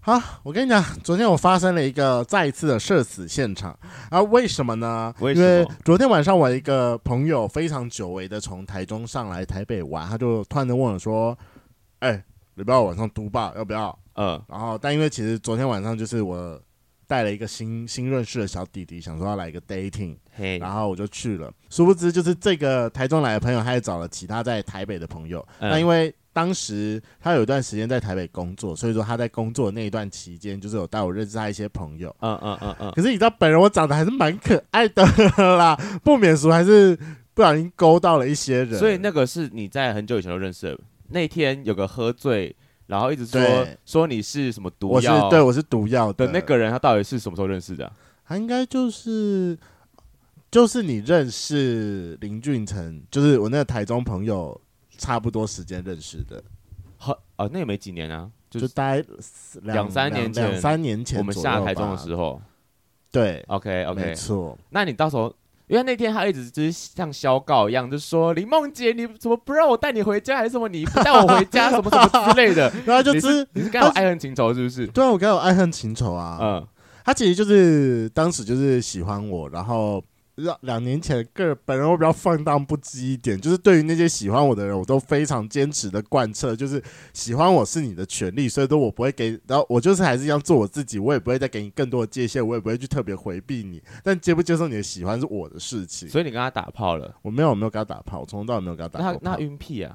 啊，我跟你讲，昨天我发生了一个再一次的社死现场啊！为什么呢？为什因么为昨天晚上我一个朋友非常久违的从台中上来台北玩，他就突然的问我说：“哎、礼拜五晚上都吧要不要嗯？”，然后，但因为其实昨天晚上就是我带了一个新新认识的小弟弟，想说要来一个 dating，嘿，然后我就去了。殊不知，就是这个台中来的朋友，他也找了其他在台北的朋友。嗯那因为当时他有一段时间在台北工作，所以说他在工作的那一段期间，就是有带我认识他一些朋友。嗯嗯嗯 嗯，可是你知道，本人我长得还是蛮可爱的啦，不免俗还是不小心勾到了一些人。所以那个是你在很久以前就认识的。那天有个喝醉，然后一直说对说你是什么毒我是药对我是毒药的那，个人，他到底是什么时候认识的啊？他应该就是。就是你认识林俊成，就是我那个台中朋友，差不多时间认识的。好啊，那也没几年啊，就就是大概两三年前两三年前我们下台中的候，时候。对 OK 没 OK，错，那你到时候，因为那天他一直就是像小稿一样，就说林梦姐，你怎么不让我带你回家，还是什么你不带我回 家，什么什么之类的。然后啊就是你是跟我爱恨情仇是不是？对啊，我跟我爱恨情仇啊，嗯，他其实就是当时就是喜欢我，然后。让两年前个人本人我比较放荡不羁一点，就是对于那些喜欢我的人，我都非常坚持的贯彻，就是喜欢我是你的权利，所以说我不会给，然后我就是还是一样做我自己，我也不会再给你更多的界限，我也不会去特别回避你，但接不接受你的喜欢是我的事情。所以你跟他打炮了，我没有，我没有跟他打炮，我从头到尾没有跟他打那过炮他那他晕屁啊？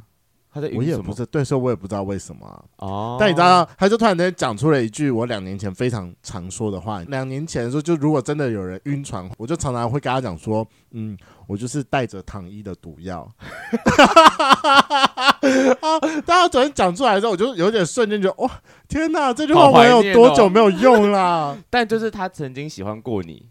他在我晕也什不么？是对，所以我也不知道为什么啊、哦，但你知道，他就突然间讲出了一句我两年前非常常说的话。两年前的时候，就如果真的有人晕船，我就常常会跟他讲说，嗯，我就是带着糖衣的毒药。 啊！但他昨天讲出来之后，我就有点瞬间觉得，哇，天哪，这句话好我怀有念多哦久没有用 啦？但就是他曾经喜欢过你，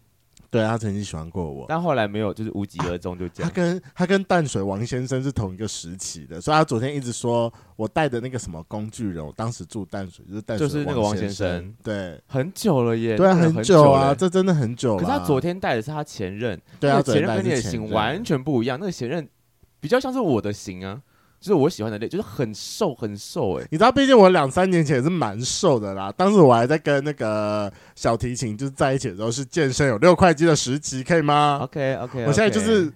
对他曾经喜欢过我。但后来没有，就是无疾而终，就这他样。跟他跟淡水王先生是同一个时期的，所以他昨天一直说我带的那个什么工具人，我当时住淡水，就是淡水就是那个王先先生对很久了耶，对啊，真的很很久了啊，耶。这真的很久可了是啊。他昨天带的是他前任，对啊，那个昨前天任带跟你是的前型任完全不一样，那个前任比较像是我的型啊，就是我喜欢的类，就是很瘦很瘦哎、你知道，毕竟我两三年前也是蛮瘦的啦。当时我还在跟那个小提琴就是在一起的时候，是健身有六块肌的时期，可以吗？ OK OK，啊我现在就是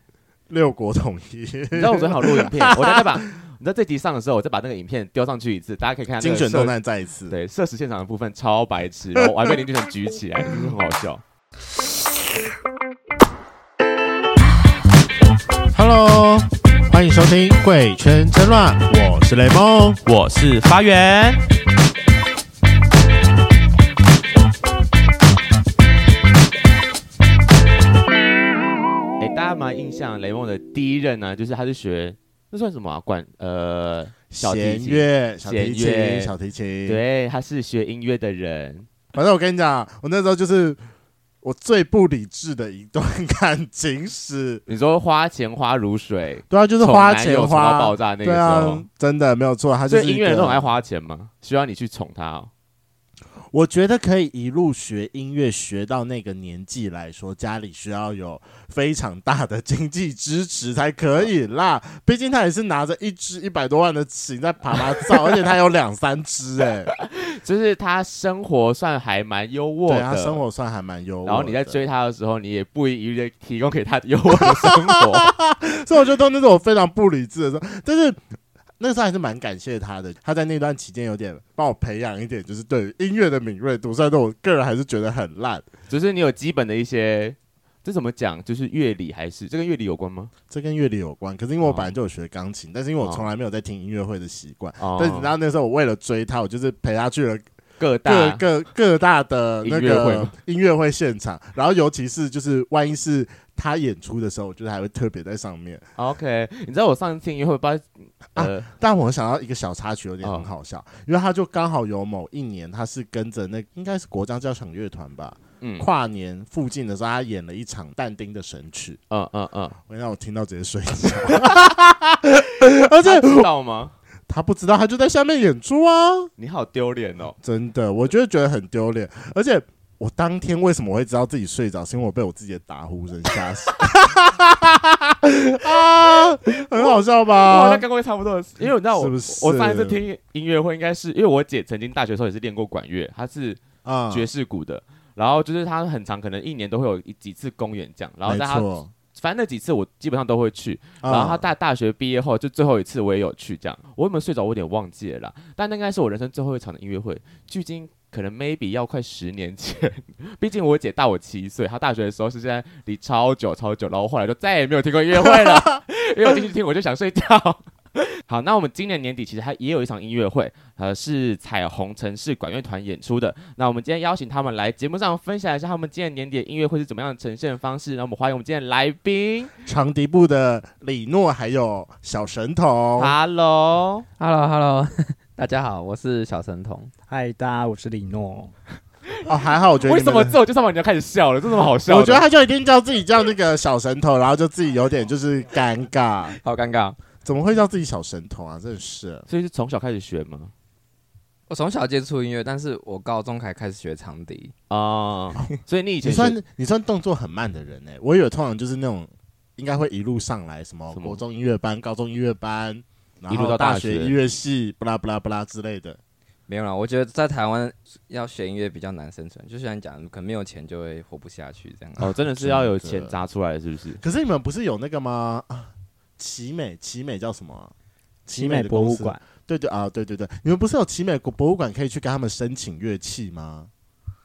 六国统 一，你知道我昨天好录影片，我再把你知道这集上的时候，我再把那个影片丢上去一次，大家可以看看那精个选社动漫再一次。对社死现场的部分超白痴，然后我还被林俊成举起来，就是很好笑。 Hello，欢迎收听《鬼圈争乱》，我是雷梦。我是发源，哎、大家蛮印象雷梦的第一任呢、啊就是他是学那算什么啊？管呃，小提弦琴乐、小提弦乐琴、小提琴。，对，他是学音乐的人，反正我跟你讲，我那时候就是我最不理智的一段感情史。你说花钱花如水，对啊，就是花钱宠男友宠到花爆，炸那个对时啊候，，真的没有错，他就所是一以音乐人个都很爱花钱吗？需要你去宠他哦。我觉得可以一路学音乐学到那个年纪来说，家里需要有非常大的经济支持才可以啦。毕竟他也是拿着一支一百多万的琴在爬爬照，而且他有两三支哎、就是他生活算还蛮优渥对的，他生活算还蛮优渥。然后你在，追他的时候，你也不遗余力地提供给他优渥的生 活。所以我觉得那是我非常不理智的时候，但是。那时候还是蛮感谢他的，他在那段期间有点帮我培养一点，就是对于音乐的敏锐度。虽然说我个人还是觉得很烂，就是你有基本的一些，这怎么讲？就是乐理还是这跟乐理有 关吗？这跟乐理有关。可是因为我本来就有学钢琴，但是因为我哦从来没有在听音乐会的习惯，哦但是你知道那时候我为了追他，我就是陪他去了各各大各各大的那音乐会个吗 音乐会现场，然后尤其是就是万一是他演出的时候，我觉得还会特别在上面。 OK。你知道我上次听音乐会，不知道呃，但我想到一个小插曲，有点哦很好笑，因为他就刚好有某一年，他是跟着那应该是国家交响乐团吧，嗯跨年附近的时候，他演了一场但丁的神曲，嗯嗯嗯，我让我听到直接睡觉，而且他知道吗？他不知道，他就在下面演出啊。你好丢脸哦。真的，我就觉得很丢脸。而且我当天为什么我会知道自己睡着，是因为我被我自己的打呼声吓死。 啊，很好笑哇，那吧？刚刚差不多的事，因为你知道我呃是不是我上一次听音乐会，应该是因为我姐曾经大学的时候也是练过管乐，她是啊，爵士鼓的。然后就是她很长，可能一年都会有一几次公演这样。然后没在她错，反正那几次我基本上都会去。啊然后她大大学毕业后，就最后一次我也有去这样。我有没有睡着？我有点忘记了啦。但那应该是我人生最后一场的音乐会，距今可能 maybe 要快十年前。毕竟我姐大我七岁，她大学的时候是现在离超久超久，然后后来就再也没有听过音乐会了，因为我进去听我就想睡觉。好，那我们今年年底其实还也有一场音乐会，呃，是彩虹城市管乐团演出的。那我们今天邀请他们来节目上分享一下他们今年年底的音乐会是怎么样的呈现方式。那我们欢迎我们今天的来宾长笛部的李诺还有小神童， ，Hello， Hello，Hello，大 家好，我是小神童。嗨，大家，我是李诺。哦，还好，我觉得为你什们么之后就上完你就开始笑了？这怎么好笑的？我觉得他就一定叫自己叫那个小神童，然后就自己有点就是尴 尬，好尴尬，怎么会叫自己小神童啊？真的是所以是从小开始学吗？我从小接触音乐，但是我高中才开始学长笛。啊、所以你以你前学算你算动作很慢的人呢、我以为通常就是那种应该会一路上来，什么什么国中音乐班、高中音乐班，然一路后到大大学学音乐系，不啦不啦不啦之类的。没有啦，我觉得在台湾要学音乐比较难生存，就像你讲，可能没有钱就会活不下去这样。哦，真的是要有钱砸出来，是不是？可是你们不是有那个吗？啊，奇美，奇美叫什么啊、奇美博物的公司，馆，对对啊，对对对，你们不是有奇美博物馆可以去跟他们申请乐器吗？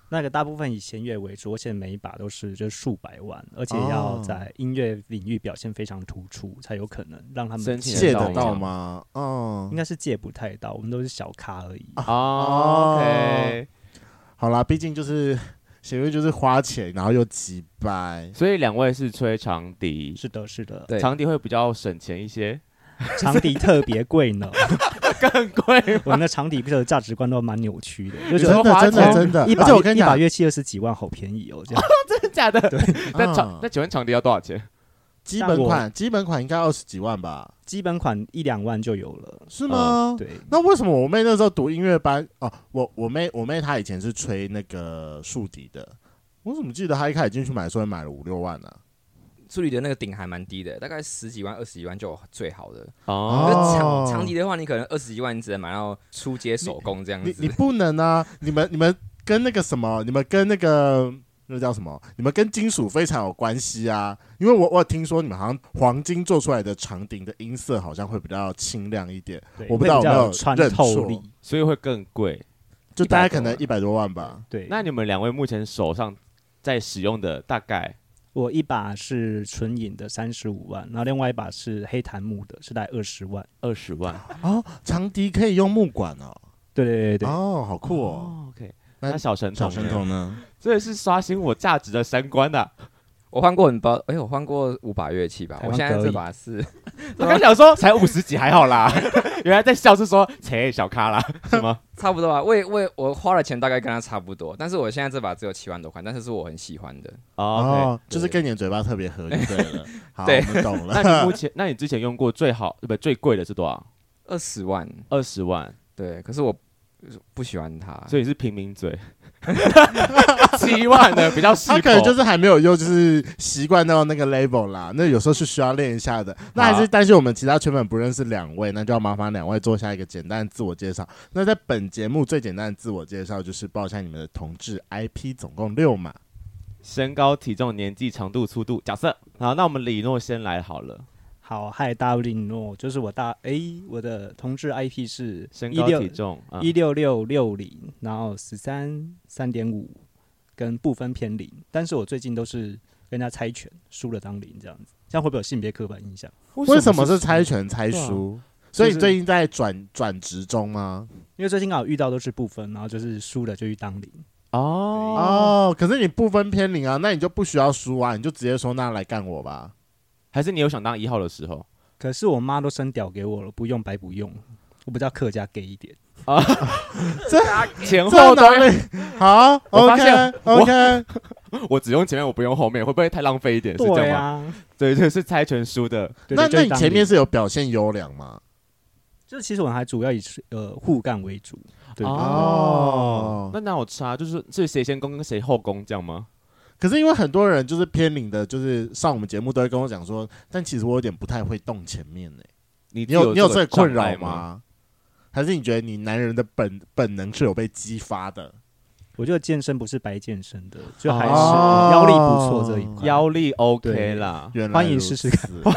那个大部分以弦乐为主，而且每一把都是就是数百万，而且要哦在音乐领域表现非常突出，才有可能让他们申请借借得得到到吗？哦应，该是借不太到，我们都是小咖而已。啊哦，OK。好啦，毕竟就是弦乐就是花钱，然后又几百，所以两位是吹长笛，是的，是的，对，长笛会比较省钱一些，长笛特别贵 呢。更贵。我们的长笛的价值观都蛮扭 曲的，就真觉得哎说的花真的钱真的，一而且把我跟你一把讲，乐器二十几万，好便宜哦，这样。 真的假的？那长嗯那请问长笛要多少钱？基本像款基本款应该二十几万吧？基本款一两万就有了。是吗？嗯对，那为什么我妹那时候读音乐班哦、我我妹我妹她以前是吹那个竖笛的，我怎么记得她一开始进去买的时候也买了五六万啊呢、助理的那个顶还蛮低的，大概十几万、二十几万就有最好的。哦可哦，是长长笛的话，你可能二十几万你只能买到初阶手工这样你子你。不能啊！ 你们你们跟那个什么，你们跟那个那叫什么？你们跟金属非常有关系啊！因为我我有听说你们好像黄金做出来的长笛的音色好像会比较清亮一点，对我不知道会比较有没有穿认透错力。所以会更贵。就大概100多可能万一百多万吧。对，那你们两位目前手上在使用的大概我一把是纯银的三十五万，然后另外一把是黑檀木的，是大概二十万。二十万。哦，长笛可以用木管哦，对对对对，哦，好酷哦！哦，OK。那那小神小童，神，童呢？这也是刷新我价值的三观啊呐！我换过很包，哎，我换过五把乐器吧。台我湾现在可以这把是我刚想说才五十几还好啦， 原来在笑是说切小咖啦，什么？差不多啊，我也我也我花的钱大概跟他差不多，但是我现在这把只有七万多块，但是是我很喜欢的。哦，OK，哦，就是跟你的嘴巴特别合就对 了。好，对我们懂了。那你目前，那你之前用过最好呃不最贵的是多少？二十万，二十万，对，可是我不喜欢啊它，所以是平民嘴， 七万的比较适他口。可能就是还没有用，就是习惯到那个 level 啦。那有时候是需要练一下的。那还是担心我们其他圈粉不认识两位，那就要麻烦两位做下一个简单的自我介绍。那在本节目最简单的自我介绍就是报一下你们的同志 IP，总共六码。身高、体重、年纪、长度、粗度。假设好，那我们李诺先来好了。好，嗨，大利诺，就是我大诶，我的同志 IP 是身一高、体六重，啊嗯一六六六零，然后十三三点五跟部分偏零，但是我最近都是跟人家猜拳，输了当零这样子，这样会不会有性别刻板印象？为什么是猜拳猜输？所以就是最近在转转职中吗？因为最近刚好遇到都是部分，然后就是输了就去当零。哦哦，可是你不分偏零啊，那你就不需要输啊，你就直接说那来干我吧。还是你有想当一号的 时候？可是我妈都生屌给我了，不用白不用，我比较客家 gay 一点。前这后哪都要里 好我发？OK 现 OK，我只用前面，我不用后面，会不会太浪费一点？是这对样吗？啊，对，这是猜拳输的。对那就那去你当前面零是有表现优良吗？就其实我们还主要以是呃互干为主，对哦哦那哪有差？就是是谁先攻跟谁后攻这样吗？可是因为很多人就是偏领的，就是上我们节目都会跟我讲说，但其实我有点不太会动前面呢、你你有你有这这个障困扰碍？吗？还是你觉得你男人的本本能是有被激发的？我觉得健身不是白健身的，就还是哦腰力不错这一嗯块。腰力 OK 对啦，原来欢迎如试试此，好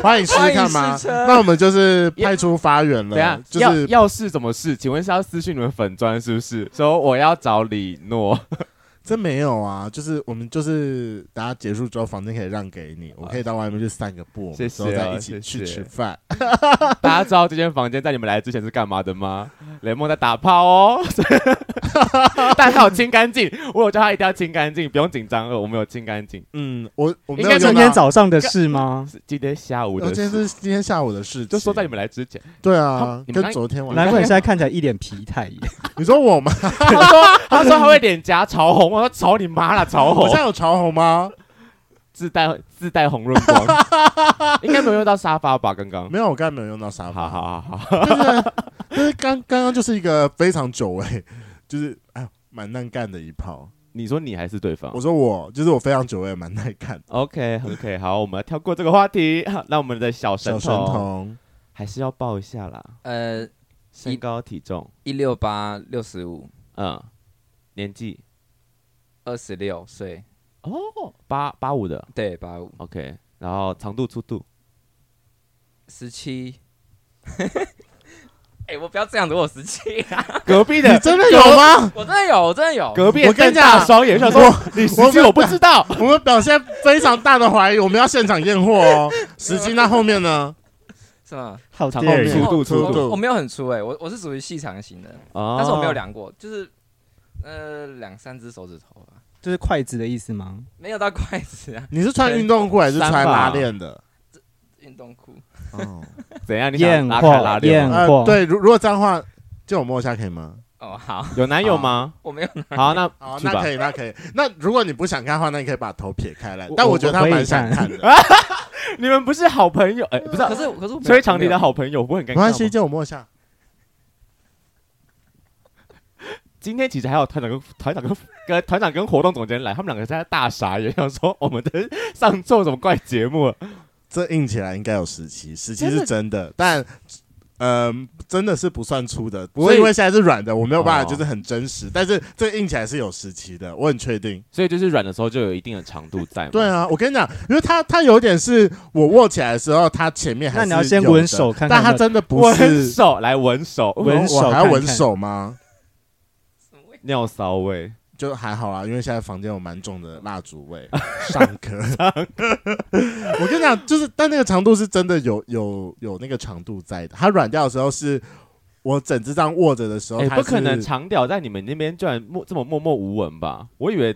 欢迎试试看欢迎嘛试。车那我们就是派出发源等一了，，下啊就要是要是怎么试？请问是要私讯你们粉砖是不是？说我要找李诺， 真没有啊，就是我们就是大家结束之后，房间可以让给你，我可以到外面去散个步，我呃谢们谢之啊后再一起去谢谢吃饭。大家知道这间房间在你们来之前是干嘛的吗？雷梦在打炮哦， 但他有清干净，我有叫他一定要清干净，不用紧张哦，我们有清干净。嗯，我我没应有该用今到天，早上的事吗？是今天下午我的哦今天事，是今天下午的事情，就说在你们来之前，对他啊，你跟们那昨天晚难上怪你现在看起来一脸疲态耶。 你说我吗？他说他说他会脸颊潮红，我说潮你妈啦，潮我红现，在有潮红吗？自带自带红润 光，应该没有用到沙发吧？刚刚，没有，我刚才没有用到沙好发。好好好，但是哎刚刚刚就是一个非常久违， 就是哎呦蛮难干的一炮。你说你还是对方我说我就是我非常久违，蛮耐干的。 ？OK OK，好，我们要跳过这个话题， 那我们的哦小神小神童，还是要报一下啦，呃，身高体重，一六八六十五，嗯，年纪。二十六岁，哦，八八五的对，八五，OK。然后长度、粗度，十七。 哎、我不要这样子，我 十七、啊，隔壁你的真的有吗？我真的有，我真的有。隔壁的我跟你瞪大讲双眼想说你实际我我不知道，我们表现非常大的怀疑，我们要现场验货哦。 十斤那后面呢？是吗？好长对粗度、粗我粗度度，哦我没有很粗哎、我我是属于细长型的，但但是我没有量过，就是呃两三只手指头吧，就是筷子的意思吗？没有到筷子啊，你是穿运动裤还是穿三吧拉链的？运动裤。哦，怎样？你想验拉开货拉，链验吗？呃，货。对，如如果这样的话，借我摸一下可以吗？哦，好，有男友吗？我没有好，那好，去那吧可。以，那可以。那如果你不想看的话，那你可以把头撇开来我。但我我觉得他我可以蛮想看 的，你们不是好朋友，哎，不是啊可，是可是我没有所以长笛的我好朋友不会很尴没尬吗关系，借我摸一下。今天其实还有团长跟团长跟跟团长跟活动总监来，他们两个在大傻眼，想说我们的上周怎么怪节目了？这印起来应该有十七，十七真的是真的，但嗯、真的是不算粗的，不所过以因为现在是软的，我没有办哦法就是很真实，但是这印起来是有十七的，我很确定。所以就是软的时候就有一定的长度在嘛。对啊，我跟你讲，因为它它有点是我握起来的时候，它前面还是那你要先有的闻手看看但有没有它真的不闻是手来闻手，闻手我还要看闻看手吗？尿骚味。就还好啦，因为现在房间有蛮重的蜡烛 味，上课。我跟你讲，就是但那个长度是真的有有有那个长度在的，它软掉的时候是我整只这样握着的时候，哎、它不可能是长屌在你们那边居然默这么默默无闻吧？我以为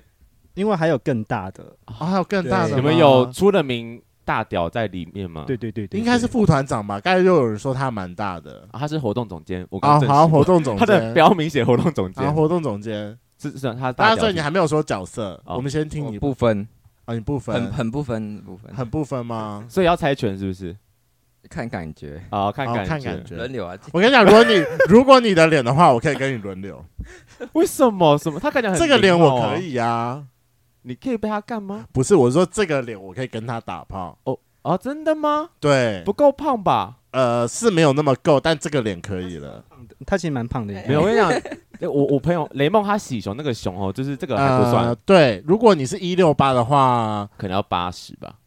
因为还有更大的。啊，还有更大的吗，对你们有出了名大屌在里面吗？对对对对，应该是对副团长吧？刚才又有人说他蛮大的啊，他是活动总监，我啊，好刚证实像活过动总他的监，标明写活动总监啊，，活动总监。是是他是当大然，屌所以是你还没有说角色，哦我们先听你不分，啊，你不分很，很不分，不分，很不分吗？所以要猜拳是不是？看感觉，好看哦感觉，看感觉轮流啊，我跟你讲，如果你 如果你的脸的话，我可以跟你轮流。为什么什么？他看起来很这个脸礼貌我啊可，以啊，你可以被他干吗？不是，我是说这个脸我可以跟他打炮。哦，真的吗？对，不够胖吧？呃，是没有那么够，但这个脸可以了。他其实蛮胖的耶， 没有，我跟你讲哎， 我我朋友雷梦他喜熊那个熊哦，就是这个还不算，呃，对，如果你是一六八的话，可能要八十吧，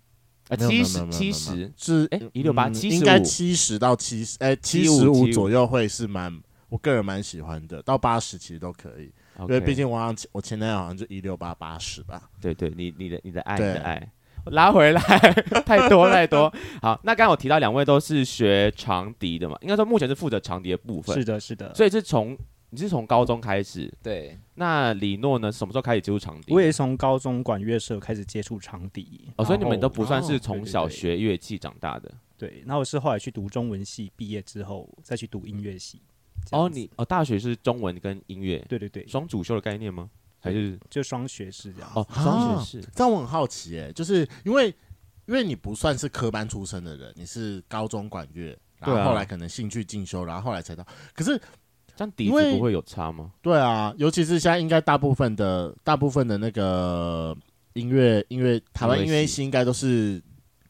啊，没有没七有十没有没有没有七十，是哎168嗯75应该七十到七十，哎，七十75五左右会是蛮，我个人蛮喜欢的，到八十其实都可以，因为 OK 毕竟我好像我前男友好像就一六八八十吧。对对，你你的你的爱，你对的爱，我拉回来， 太多太多。好，那刚刚我提到两位都是学长笛的嘛，应该说目前是负责长笛的部分，是的，是的。所以是从你是从高中开始。对，那李诺呢，什么时候开始接触长笛？我也是从高中管乐社开始接触长笛，哦，所以你们然都后不算是哦从对对小对学乐器长大的。对。然后我是后来去读中文系，毕业之后再去读音乐系。这样哦，子你哦，大学是中文跟音乐对对对，双主修的概念吗？还是就双学士这样。哦，啊双学士？这样我很好奇，哎，就是因为因为你不算是科班出身的人，你是高中管乐，然对后啊后来可能兴趣进修，然后后来才到，可是这样笛因子为不会有差吗？对啊，尤其是现在应该大部分的大部分的那个音乐音乐台湾音音乐系乐系应该都是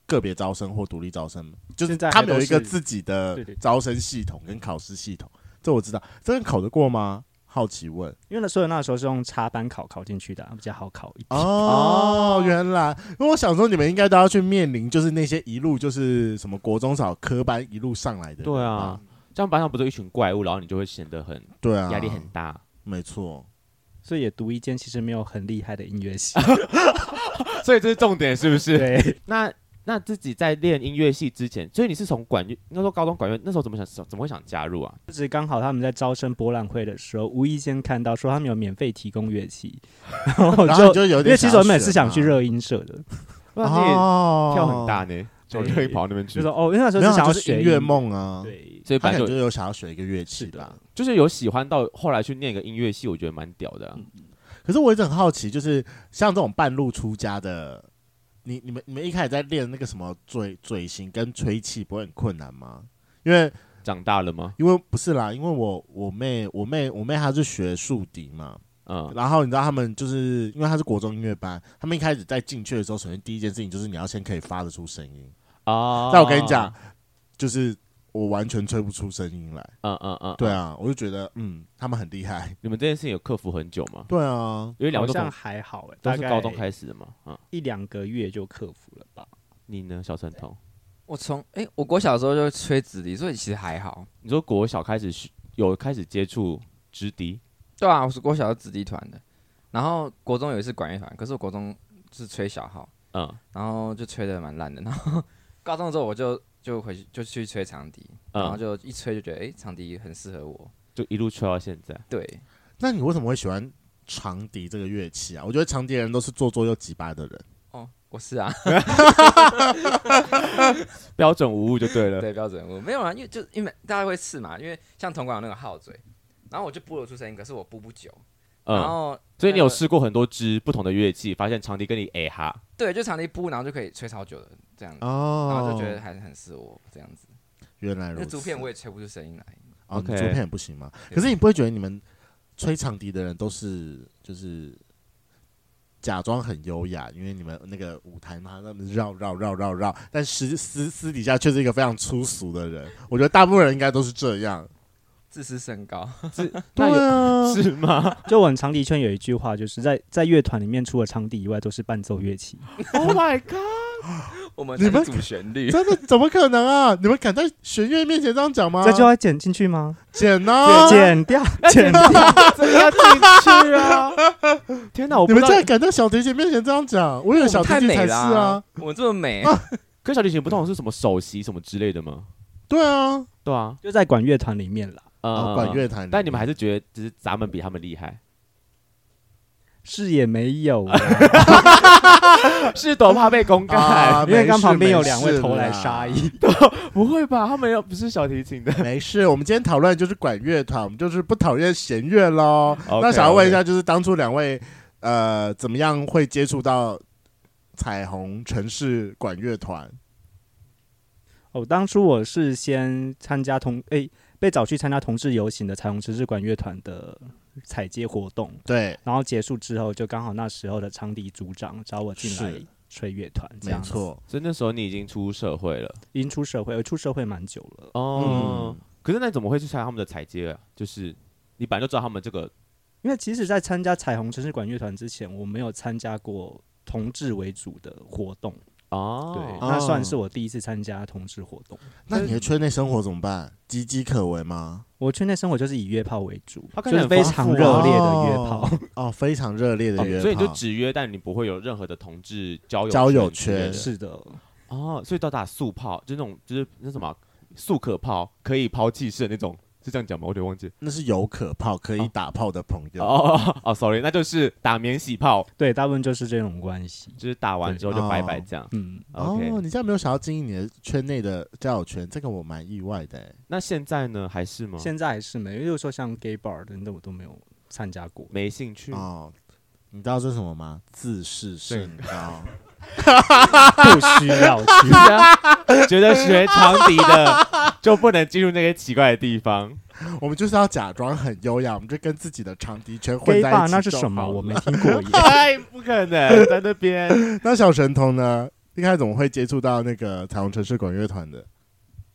个别招生或独立招生，就是现在还他们有都一个是自己的对对对招生系统跟考试系统，这我知道。这个考得过吗？好奇 问因为那所以那时候是用插班考考进去的啊、比较好考一点。哦，原来，因为我想说你们应该都要去面临，就是那些一路就是什么国中小科班一路上来的人对啊吧，，这样班上不是有一群怪物，然后你就会显得很对啊，压力很，大。没错，所以也读一间其实没有很厉害的音 乐系。所以这是重点，是不是？对，那那自己在练音乐系之前，所以你是从管乐，那时候高中管乐，那时候怎么想，怎么会想加入啊？就是刚好他们在招生博览会的时候，无意间看到说他们有免费提供 乐器，然后我然后哦就你就有因点选为其啊，实我们也是想去热音社的，嗯不然你也哦，跳很大呢，就特意跑到那边去就。说哦，因为那时没候有啊，想要就是学音乐，梦啊，对，所以他反可正能就就是有想要学一个乐器是的吧。就是有喜欢到后来去念一个音乐系，我觉得蛮屌的啊。可是我一直很好奇，就是像这种半路出家的，你你们你们一开始在练那个什么嘴嘴型跟吹气，不会很困难吗？因为长大了吗？因为不是啦，因为我我妹我妹我妹她是学竖笛嘛，嗯，然后你知道他们就是因为她是国中音乐班，他们一开始在进去的时候，首先第一件事情就是你要先可以发得出声音。啊但我跟你讲，，就是我完全吹不出声音来。嗯嗯嗯，对嗯，啊，我就觉得嗯，他们很厉害。你们这件事情有克服很久吗？ 对啊，因为两好个都像从还好哎、都大是概高中开始的嘛，嗯，一两个月就克服了吧。你呢，小陈彤？我从哎、我国小的时候就吹纸笛，所以其实还好。你说国小开始学有开始接触直笛，对啊，我是国小的子弟团的，然后国中有一次管乐团，可是我国中是吹小号，嗯然后就吹的蛮烂的。然后 高中之后我就就回去就去吹长笛，然后嗯，就一吹就觉得哎、诶长笛很适合我。就一路吹到现在。对，那你为什么会喜欢长笛这个乐器啊？我觉得长笛的人都是做作又急巴的人。哦，我是啊，标准无误就对 了。对标准我没有啊，因为就因为大家会试嘛，因为像铜管有那个号嘴，然后我就拨得出声音，可是我拨不久，然嗯，后所以你有那个试过很多支不同的乐器，发现长笛跟你哎哈，对，就长笛拨，然后就可以吹超久的这样子，哦然后就觉得还是很适合我这样子。原来如那此。竹片我也吹不出声音来。哦，你 OK 竹片也不行吗？对可是你不会觉得你们吹长笛的人都是就是假装很优雅，因为你们那个舞台嘛，他们绕绕绕绕绕，但实私私底下却是一个非常粗俗的 人。我觉得大部分人应该都是这样。自视甚高， 那有啊，是吗就我们长笛圈有一句话，就是在在乐团里面，除了长笛以外，都是伴奏乐器。 ？Oh my god！我们你才是们主旋 律，真的怎么可能啊？你们敢在弦乐面前这样讲吗？这就要剪进去吗？剪啊呢？剪掉，剪掉。真的要进去啊！ 天哪，我你不们知道竟。然敢在小提琴面前这样讲？我以为小提太琴美才是啦啊。，我们这么美，跟小提琴不同是什么首席什么之类的吗？对啊，对啊，就在管乐团里面啦，哦呃，管乐团里面，但你们还是觉得只是咱们比他们厉害，是也没有啊，是多怕被公 啊干？因为刚旁边有没事两位投来没事啦杀意。不会吧？他们又不是小提 琴的。没事，我们今天讨论的就是管乐团，我们就是不讨论弦乐喽。 OK，那想要问一下，就是当初两位呃怎么样会接触到彩虹城市管乐团？哦，当初我是先参加同诶、被找去参加同志游行的彩虹城市管乐团的采接活动，对，然后结束之后，就刚好那时候的长笛组长找我进来是吹乐团，这没样子，错，所以那时候你已经出社会了已经出社会，我出社会蛮久了。哦嗯。可是那你怎么会去参加他们的踩街啊？就是你本来就知道他们这个因为其实，在参加彩虹城市管乐团之前，我没有参加过同志为主的活动，哦，对，哦那算是我第一次参加同志活动。那你的圈内生活怎么办？岌岌可危吗？我圈内生活就是以约炮为主，他看就起来是很非丰常富啊热烈的约 炮。哦，非常热烈的约哦炮，所以你就只约，但你不会有任何的同志交友交友之类的圈是的，哦，所以到打速炮，就那种就是那什么速可炮，可以抛弃式的那种，是这样讲吗？我有点忘记。那是有可炮可以打炮的朋哦友。哦 哦，sorry，那就是打免洗炮，对，大部分就是这种关系。就是打完之后就拜拜这样。嗯， OK，、哦哦，你这样没有想要经营你的圈内的交友圈，这个我蛮意外的欸。那现在呢？还是吗？现在还是没有，因为有时候像 gay bar 等等，我都没有参加过。没兴趣。哦，你知道这是什么吗？自视甚高。 不需要 去。啊觉得学长笛的就不能进入那些奇怪的地方。我们就是要假装很优雅，我们就跟自己的长笛圈混 gay 在 bar 一起。那是什么？我没？听过耶。 哎，不可能在那 边。那小神童呢？一开始怎么会接触到那个彩虹城市管乐团的？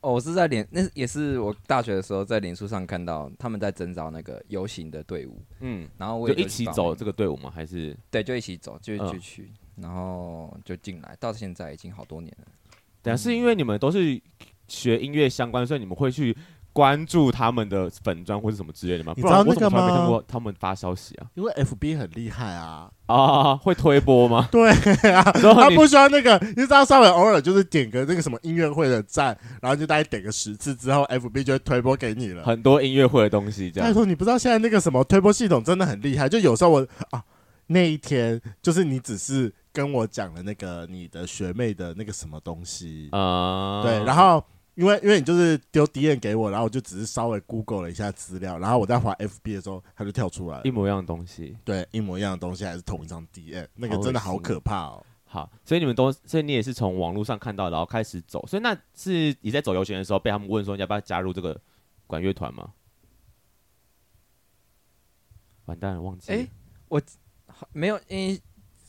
哦，我是在脸，那也是我大学的时候在脸书上看到他们在征召那个游行的队伍，嗯，然后我就也一起去报走名这个队伍吗？还是对，就一起走，就嗯就去，然后就进来，到现在已经好多年了。等下是因为你们都是学音乐相关，所以你们会去关注他们的粉砖或者什么之类的吗？你不知道然我那怎个么从来没吗看过他们发消息啊？因为 FB 很厉害啊，啊，会推播 吗？对啊，然后他你不需要那个，你只要稍微偶尔就是点个那个什么音乐会的赞，然后就大概点个十次之后，FB 就会推播给你了。很多音乐会的东西这拜样。托，你不知道现在那个什么推播系统真的很厉害，就有时候我啊那一天就是你只是跟我讲了那个你的学妹的那个什么东西，啊，对，然后。因为因为你就是丢 DM 给我，然后我就只是稍微 Google 了一下资料，然后我在滑 FB 的时候，它就跳出来了一模一样的东西。对，一模一样的东西，还是同一张 DM，那个好恶真的好心可怕哦。好，所以你们都，所以你也是从网络上看到，然后开始走。所以那是你在走游行的时候，被他们问说你要不要加入这个管乐团吗？完蛋了，忘记了。诶好没有，因为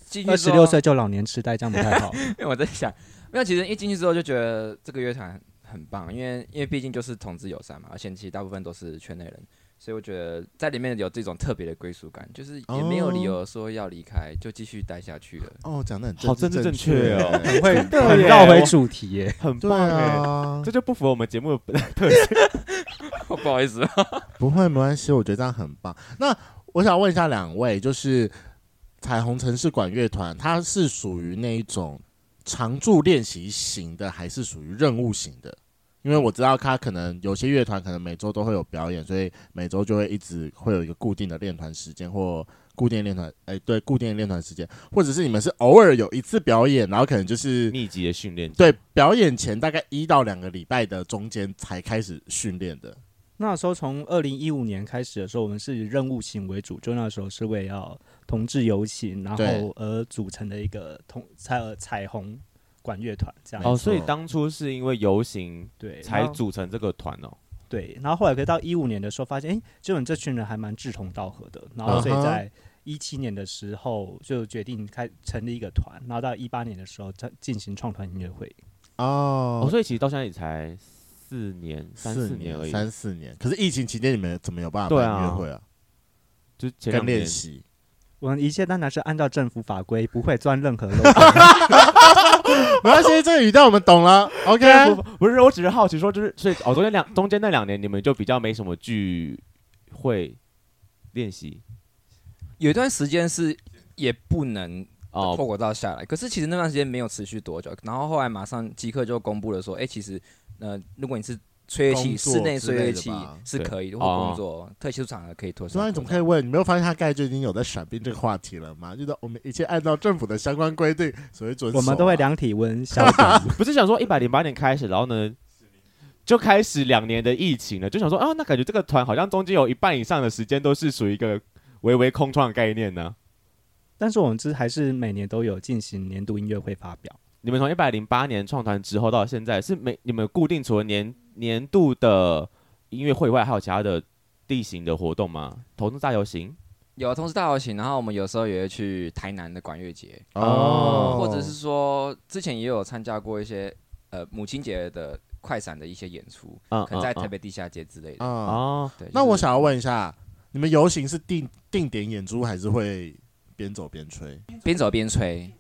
进去二之十后六岁就老年痴呆，这样不 太好。因为我在想，没有，其实一进去之后就觉得这个乐团很棒，因为因为毕竟就是同志友善嘛，而且其实大部分都是圈内人，所以我觉得在里面有这种特别的归属感，就是也没有理哦由说要离开，就继续待下去了。哦，讲的很好政治政正治正确哦欸会的很耶绕回我主题耶。很对棒哎、啊这，就不符合我们节目的 特 不好意思，不会没关系，我觉得这样很棒。那我想问一下两位，就是彩虹城市管乐团，它是属于那一种常驻练习型的，还是属于任务型的？因为我知道它可能有些乐团可能每周都会有表演，所以每周就会一直会有一个固定的练团时间或固定练团，哎，对，固定练团时间，或者是你们是偶尔有一次表演，然后可能就是密集的训练。对，表演前大概一到两个礼拜的中间才开始训练的。那时候从二零一五年开始的时候，我们是以任务型为主，就那时候是为要同志游行，然对后而组成的一个同彩呃彩虹管乐团这样。哦，没错所以当初是因为游行对，才然后组成这个团哦。对，然后后来可以到一五年的时候，发现哎，诶就我们这群人还蛮志同道合的，然后所嗯哼以在一七年的时候就决定开成立一个团，然后到一八年的时候再进行创团音乐会。哦哦，所以其实到现在也才四年、三四年年而已。三四年。可是疫情期间你们怎么有办法对办啊音乐会啊？就前跟两练年，习。我们一切当然是按照政府法规，不会钻任何漏 洞。没关系，这个语调我们懂了。OK， 啊不不不是，我只是好奇说，就是所以哦，中间两中间那两年你们就比较没什么聚会练习有一段时间是也不能后哦，果到下来。可是其实那段时间没有持续多久，然后后来马上即刻就公布了说，哎、其实呃，如果你是吹乐器，工作室内吹乐之器类的吧是对可以的，哦或工作、特殊场合可以脱所上口罩。以你怎么可以问？你没有发现他盖就已经有在闪避这个话题了吗？就是我们一切按照政府的相关规定，所以准守啊、我们都会量体温、消毒。 不是想说一百零八年开始，然后呢？就开始两年的疫情了，就想说啊，那感觉这个团好像中间有一半以上的时间都是属于一个微微空窗的概念呢、但是我们这还是每年都有进行年度音乐会发表。你们从一百零八年创团之后到现在，是每你们固定除了年年度的音乐会以外，还有其他的地形的活动吗？投资大游行有同时大游行，然后我们有时候也会去台南的管乐节，哦，或者是说之前也有参加过一些呃母亲节的快闪的一些演出，啊，可能在嗯台北地下街之类的。嗯啊、哦，对，那就是我想要问一下，你们游行是定定点演出，还是会边走边吹？边走边吹，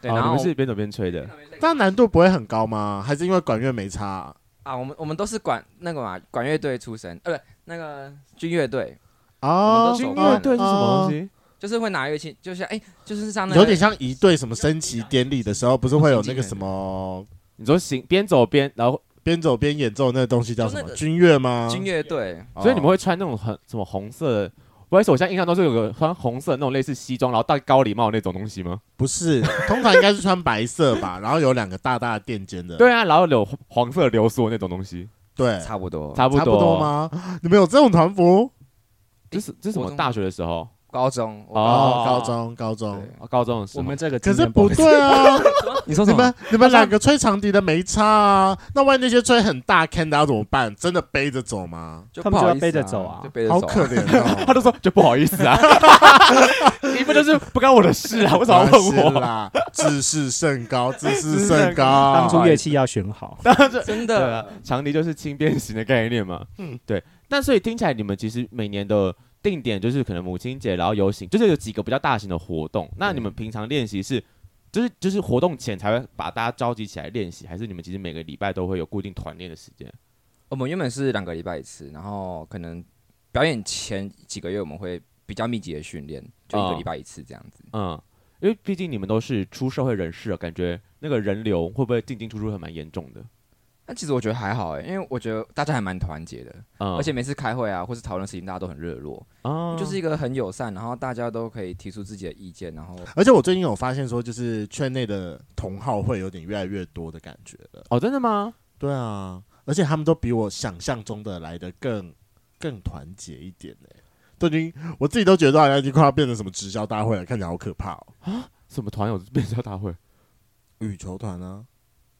对，哦然你后们是边走边吹的，这样难度不会很高吗？还是因为管乐没差啊？啊，我们我们都是管那个嘛管乐队出身，呃，不，那个军乐队，哦我们都走军军乐乐队队是什是什么么东东西？就是会拿乐器，就是哎、就是像那个有点像一对什么升旗典礼的时候，不是会有那个什么你说行边走边，然后边走边演奏那个东西叫什就那么个军乐吗？军乐队，哦，所以你们会穿那种很什么红色的？不好意思，我现在印象中是有个穿红色的那种类似西装，然后戴高礼帽那种东西吗？不是？通常应该是穿白色 吧，然后有两个大大的垫肩的，对啊，然后有黄色流苏的那种东西，对，差不多。嗯差不差不多？吗？你们有这种团服？这是这是什国么中大学的时候？高中我哦哦，高中高中，对哦高中的时我候，们这个可经是验不不好意思对啊，哦你说 你什么哦们？你们两个吹长笛的没差啊，那万一那些吹很大 can 的要怎么办？真的背着走吗？就他不们就好要意思背着走啊就背着走好啊。可怜哦，他就说就不好意思 啊，你不就是不干我的事啊？为什么要没关问系我？啦？自视甚 高，自视视甚甚高。当初乐器要选好， 真对的啊，长笛就是轻便型的概念嘛。嗯，对。但所以听起来你们其实每年的定点就是可能母亲节，然后游行，就是有几个比较大型的活动。那你们平常练习是？就是就是活动前才会把大家召集起来练习，还是你们其实每个礼拜都会有固定团练的时间？我们原本是两个礼拜一次，然后可能表演前几个月我们会比较密集的训练，就一个哦礼拜一次这样子。嗯，因为毕竟你们都是出社会人士啊了，感觉那个人流会不会进进出出还蛮严重的？但其实我觉得还好哎、因为我觉得大家还蛮团结的，嗯，而且每次开会啊或是讨论事情，大家都很热络，啊，就是一个很友善，然后大家都可以提出自己的意见，然后而且我最近有发现说，就是圈内的同好会有点越来越多的感觉了。哦，真的吗？对啊，而且他们都比我想象中的来的更更团结一点呢、都已经我自己都觉得好像已经快要变成什么直销大会了，看起来好可怕哦。什么团友变销大会？羽球团呢、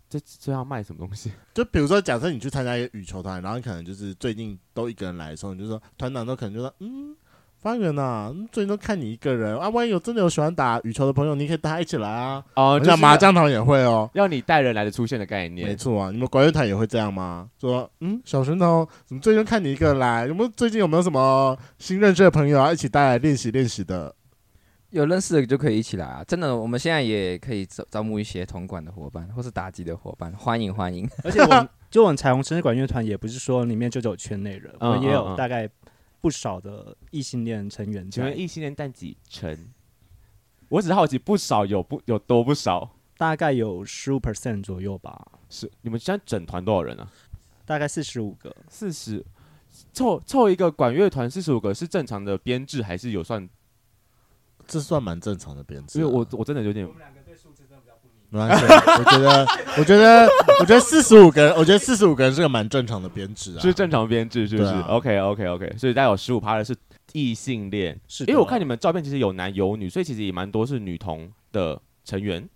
这这要卖什么东西？就比如说，假设你去参加一个羽球团，然后你可能就是最近都一个人来的时候，你就说团长都可能就说，嗯，发源呐、嗯最近都看你一个人啊，万一有真的有喜欢打羽球的朋友，你可以带他一起来啊。哦，像麻麻将将团也会哦，要你带人来的出现的概没念。错啊，你们管乐团也会这样吗？说，嗯，小神童，怎么最近看你一个人来？有没有最近有没有什么新认识的朋友啊，一起带来练习练习的？有认识的就可以一起来啊！真的，我们现在也可以招招募一些铜管的伙伴，或是打击的伙伴，欢迎欢迎。 而且我们就我们彩虹城市管乐团也不是说里面就只有圈内人，我们也嗯嗯有嗯大概不少的异性恋成员请在问，异性恋占几成？我只是好奇，不少有不有多不少？大概有十五 percent 左右吧，是你们现在整团多少人啊？大概四十五个。四十，凑凑一个管乐团四十五个是正常的编制，还是有算？啊这算蛮正常的编制、啊因为我我真的有点没关系，啊我觉得，我觉得，我觉得四十五个人，我觉得四十五个人是个蛮正常的编制啊。是正常编制，是不是对啊？OK OK OK，所以大概有十五趴的是异性恋，是的，因为我看你们照片其实有男有女，所以其实也蛮多是女童的成员，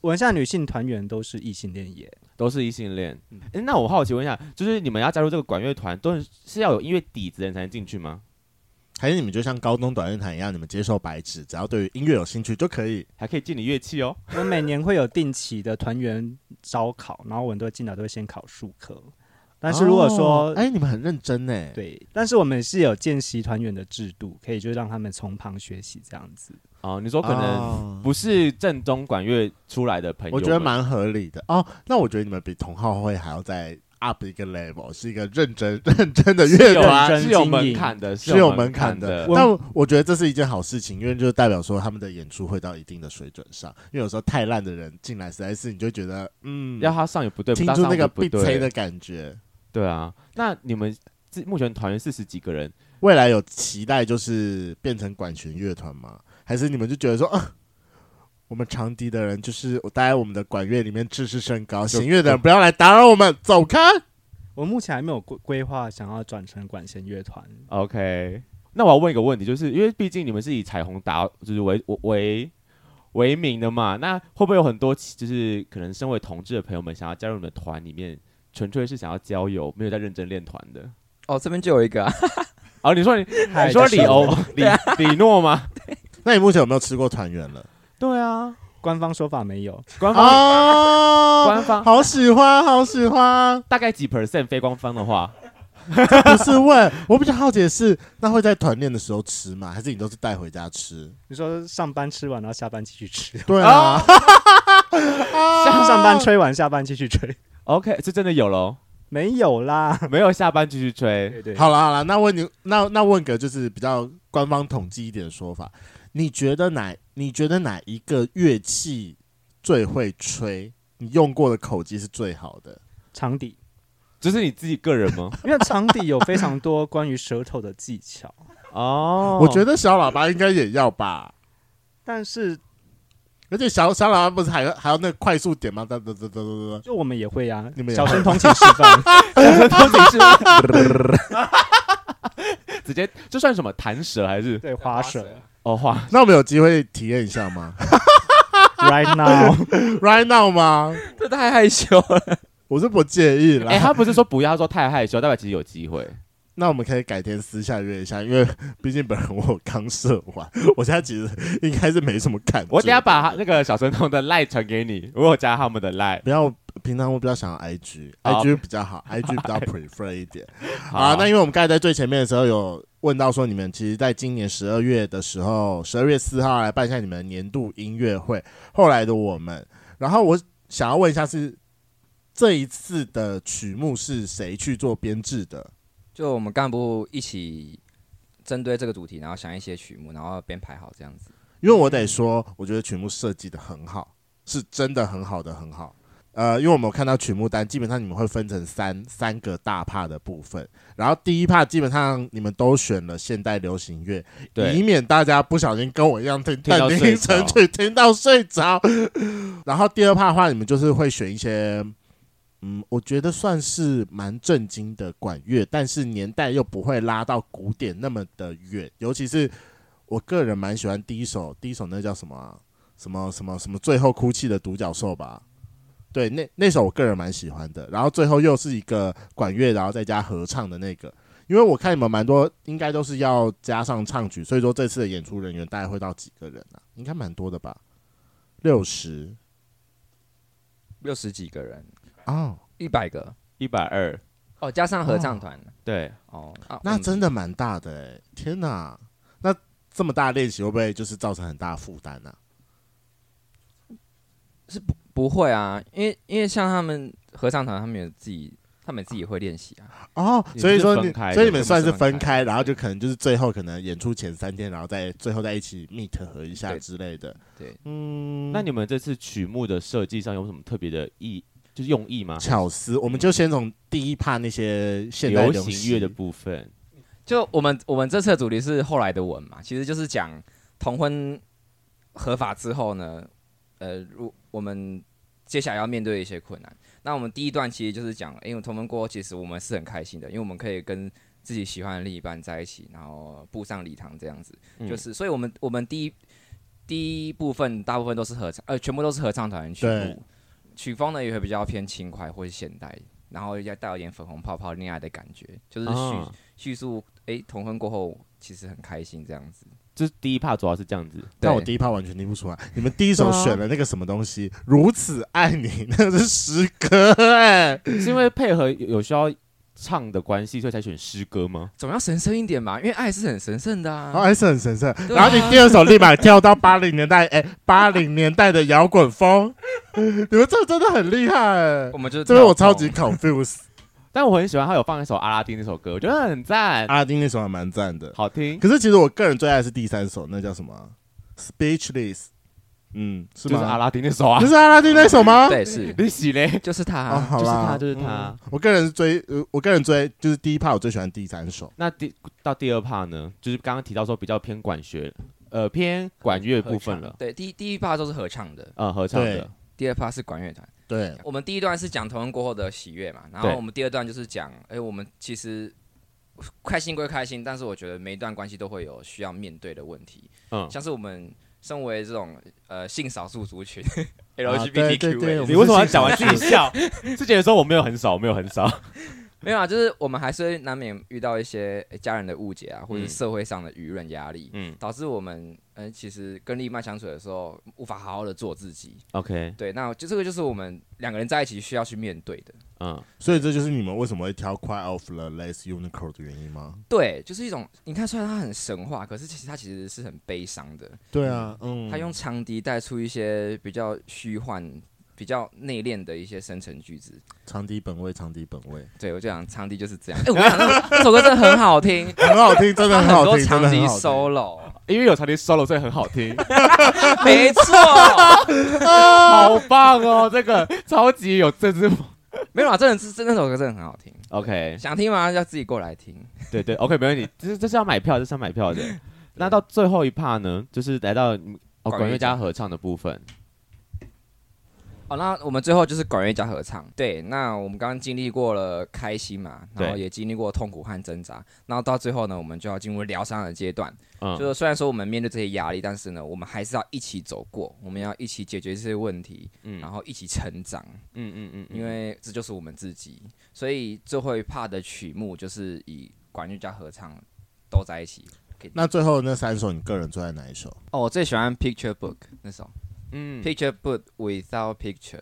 我们现在女性团员都是异性恋耶，都是异性恋。诶那我好奇问一下，就是你们要加入这个管乐团，都是是要有音乐底子的人才能进去吗？还是你们就像高中短乐团一样，你们接受白纸，只要对于音乐有兴趣就可以。还可以借你乐器哦。我们每年会有定期的团员招考，然后我们都进来都会先考数科。但是如果说、哦哎、你们很认真呢，对，但是我们是有见习团员的制度，可以就让他们从旁学习这样子。哦，你说可能哦不是正宗管乐出来的朋友们，我觉得蛮合理的哦。那我觉得你们比同好会还要再 up 一个 level，是一个认真认真的乐是有团，啊团是有认真经营门槛的，是有门槛的的。。我但我觉得这是一件好事情，因为就代表说他们的演出会到一定的水准上。因为有时候太烂的人进来，实在是你就觉得嗯，要他上也不对，听不到出上那个不被对吹的感觉。对啊。那你们自目前团员四十几个人，未来有期待就是变成管弦乐团吗？还是你们就觉得说啊？我们长笛的人就是我待在我们的管乐里面自视甚高，就弦乐的人不要来打扰我们，走开。我目前还没有规规划想要转成管弦乐团， OK，那我要问一个问题，就是因为毕竟你们是以彩虹打就是为为为名的嘛，那会不会有很多其就是可能身为同志的朋友们想要加入你们的团里面，纯粹是想要交友，没有在认真练团的？哦，这边就有一个、啊，哦，你说你嗨你说李欧吗李李诺吗？那你目前有没有吃过团圆了？对啊，官方说法没有，官方、哦，官方好喜欢，好喜欢。大概几 percent 非官方的话，不是问，我比较好奇的是，那会在团练的时候吃吗？还是你都是带回家 吃？你说上班吃完然后下班继续吃，对啊，哦上上班吹完下班继续吹， OK，这真的有喽，没有啦。没有下班继续吹。对对，好了好了，那问你，那那问个就是比较官方统计一点的说法，你觉得哪？你觉得哪一个乐器最会吹？你用过的口技是最好的？长笛，这是你自己个人吗？ 因为长笛有非常多关于舌头的技巧，哦，我觉得小喇叭应该也要吧，但是而且小小喇叭不是还要还要那个快速点吗？哒哒哒哒哒哒。就我们也会啊，你们也小会神童请示范，得都得是 直接这算什么弹舌还是对花蛇哦话？ 那我们有机会体验一下吗 ，right now， ？Right now 吗？这太害羞了。我是不介意哎、啦。他不是说不要，他说太害羞，代表其实有机会。那我们可以改天私下约一下，因为 毕竟本人我刚射完， 我现在其实应该是没什么感觉。我等一下把他那个小神童的赖传给你，我有加他们的赖。不要，平常我比较想要 IG，IG 好比较好，IG 比较 prefer 一点。好好啊，那因为我们刚才在最前面的时候有问到说，你们其实在今年十二月的时候，十二月四号来办一下你们的年度音乐会，后来的我们，然后我想要问一下是。这一次的曲目是谁去做编制的？就我们干部一起针对这个主题，然后想一些曲目，然后编排好这样子。因为我得说，我觉得曲目设计的很好，是真的很好的很好。呃，因为我们有看到曲目单，基本上你们会分成三三个大帕的部分，然后第一帕基本上你们都选了现代流行乐，以对，免大家不小心跟我一样听听到但凌晨睡去听到睡着。 然后第二趴的话，你们就是会选一些，嗯，我觉得算是蛮震惊的管乐，但是年代又不会拉到古典那么的远，尤其是我个人蛮喜欢第一首，第一首那叫什么啊、什么什么什么最后哭泣的独角兽吧。对，那那首我个人蛮喜欢的，然后最后又是一个管乐，然后再加合唱的那个，因为我看你们蛮多，应该都是要加上唱曲，所以说这次的演出人员大概会到几个人啊？应该蛮多的吧，六十六十几个人，哦，一百个一百二，哦，加上合唱团对，哦啊那嗯真的蛮大的哎、天哪！那这么大的练习会不会就是造成很大的负担啊呢？不会啊，因为因为像他们合唱团，他们有自己，他们自己会练习啊。哦，你们所以说是你分开，的所以你们算是我分们是分开，开然后就可能就是最后可能演出前三天，然后再最后再一起 meet 合一下对之类的。对，嗯，那你们这次曲目的设计上有什么特别的意，就是用意吗？巧思，我们就先从第一趴那些现代流流行乐的部分，就我们我们这次的主题是后来的我们嘛，其实就是讲同婚合法之后呢，呃，如我们接下来要面对的一些困难。那我们第一段其实就是讲，因为同婚过后，其实我们是很开心的，因为我们可以跟自己喜欢的另一半在一起，然后步上礼堂这样子。嗯就是，所以我们我们第一第一部分大部分都是合唱，呃，全部都是合唱团曲对目，曲风呢也会比较偏轻快或是现代，然后要带有一点粉红泡泡恋爱的感觉，就是叙、啊，叙述，诶，同婚过后其实很开心这样子。就是第一 part 主要是这样 子。但对哦我第一趴完全听不出来。你们第一首选了那个什么东西？如此爱你，那是诗歌哎、是因为配合有有需要唱的关系，所以才选诗歌吗？总要神圣一点嘛，因为爱是很神圣的啊。然哦后还是很神圣。对啊然后你第二首立马跳到八零年代，哎、八零年代的摇滚风， 你们这真的很厉害、哎我们就是这边我跳超动级 confused。但我很喜欢他有放一首阿拉丁那首歌，我觉得很赞， 阿拉丁那首还蛮赞的，好听，可是其实我个人最爱的是第三首，那叫什么啊？Speechless。嗯，是就是吗？阿拉丁那首 啊那。是阿拉丁那首吗？对是你洗嘞？就是他哦，啊、啊好就是啦，他就是他嗯我个人最，呃我个人最就是第一趴，我最喜欢第三首。那第到第二 part 呢，就是刚刚提到说比较偏管学，呃，偏管乐部分合唱了，对，第一第一趴都是合唱的，呃，合唱对的，第二趴是管乐团。对，我们第一段是讲同婚过后的喜悦嘛，然后对我们第二段就是讲，哎、我们其实开心归开心，但是我觉得每一段关系都会有需要面对的问题，嗯。像是我们身为这种呃性少数族群 对啊对对 LGBTQ，、我们你为什么要讲完自己 笑？自己说我没有很少，我没有很少。 没有啊，就是我们还是会难免遇到一些哎家人的误解啊，或嗯者是社会上的舆论压 力，嗯导致我们嗯、呃其实跟另一半相处的时候无法好好的做自己。 ，OK，对，那就这个就是我们两个人在一起需要去面对的。嗯，所以这就是你们为什么会挑《Cry of the Last Unicorn》的原因吗？对，就是一种你看，虽然它很神话，可是其实它其实是很悲伤的。对啊，嗯，他用长笛带出一些比较虚幻、比较内敛的一些深层句子。长笛本位，长笛本位，对我就想，长笛就是这 样。哎、我跟你讲，那这首歌真的很好听，很好 听， 真的它很很好多听，真长的笛很好听。 solo， 因为有长笛 solo，所以很好听，没错。 好棒 哦！这个超级有政治。没有啊，真的是真那首歌真的很好听。 OK，想听吗？要自己过来听。 对对，OK，没问题。这是这是要买票，这是要买票的。那到最后一 part 呢，就是来到哦管乐管乐家家合唱的部分。哦，那我们最后就是管乐加合唱。对，那我们刚刚经历过了开心嘛，然后对也经历过痛苦和挣扎，然后到最后呢，我们就要进入疗伤的阶段。就嗯是虽然说我们面对这些压力，但是呢，我们还是要一起走过，我们要一起解决这些问题，嗯然后一起成长，嗯嗯嗯，因为这就是我们自己。所以最后一 part 的曲目就是以管乐加合唱都在一起。给那最后那三首，你个人最爱哪一首？哦，我最喜欢 Picture Book 那首。嗯 Picture book without picture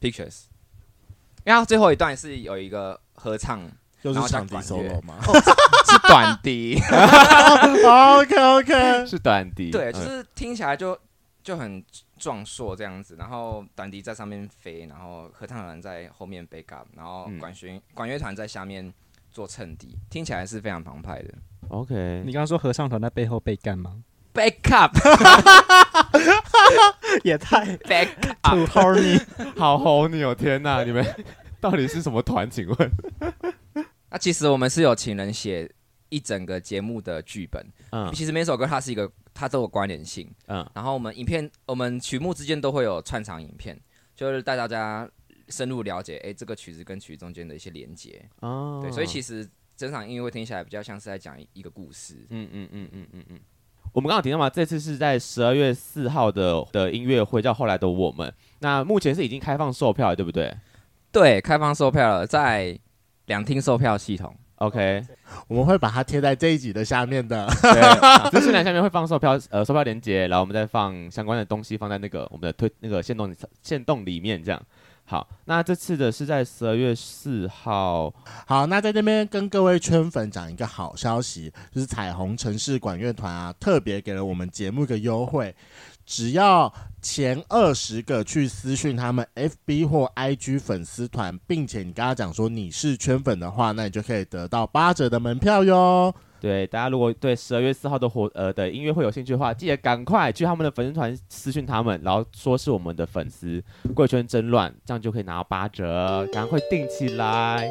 pictures，因为它最后一段是有一个合唱，又是然后再长笛管乐 solo 吗 是短笛， ？OK OK， 是短笛，对，就嗯是听起来就就很壮硕这样子，然后短笛在上面飞，然后合唱团在后面 back up，然后嗯管弦管乐团在下面做衬底，听起来是非常澎湃的 OK，你刚刚说合唱团在背后被干吗？ back up 也太 back up， too horny。好红你哦，天哪，你们到底是什么团？请问？ 那其实我们是有请人写一整个节目的剧本，嗯其实每首歌它是一个它都有关联性。嗯然后我们影片，我们曲目之间都会有串场影片，就是带大家深入了解，哎，这个曲子跟曲中间的一些连接。哦对，所以其实整场音乐会听起来比较像是在讲一个故事。嗯嗯嗯嗯嗯嗯。我们刚刚有提到嘛，这次是在十二月四号的的音乐会，叫《后来的我们》。那目前是已经开放售票了，对不对对，开放售票了，在两厅售票系统。 ？OK，我们会把它贴在这一集的下面的。对，资讯栏下面会放售票，呃，售票链接，然后我们再放相关的东西放在那个我们的推那个线动里线动里面这样。好，那这次的是在十二月四号，好，那在这边跟各位圈粉讲一个好消息，就是彩虹城市管乐团啊，特别给了我们节目一个优惠，只要前二十个去私讯他们 FB 或 IG 粉丝团，并且你跟他讲说你是圈粉的话，那你就可以得到八折的门票哟。对，大家如果对十二月四号的活呃的音乐会有兴趣的话，记得赶快去他们的粉丝团私讯他们，然后说是我们的粉丝“贵圈争乱”，这样就可以拿到八折，赶快订起来。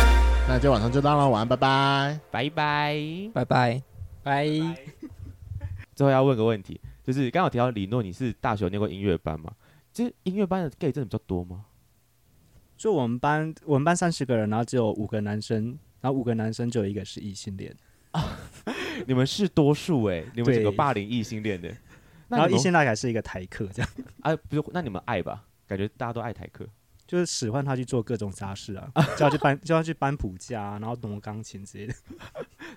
那今天晚上就到了，晚安，拜拜。拜拜。拜拜。拜。最后要问个问题，就是刚刚有提到李诺，你是大学有念过音乐班吗？其实音乐班的 gay 真的比较多吗？就我们班，我们班三十个人，然后只有五个男生，然后五个男生就有一个是异性恋，你们是多数哎、你们对整个霸凌异性恋的。那然后你异们性大概是一个台客这样，啊，不是，那你们爱吧？感觉大家都爱台客。就是使唤他去做各种杂事啊，叫他去搬，叫他去搬谱架、啊，然后挪钢琴之类的。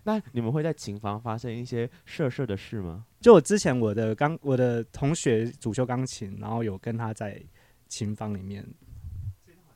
那你们会在琴房发生一些色色的事吗？就我之前我的钢，我的同学主修钢琴，然后有跟他在琴房里面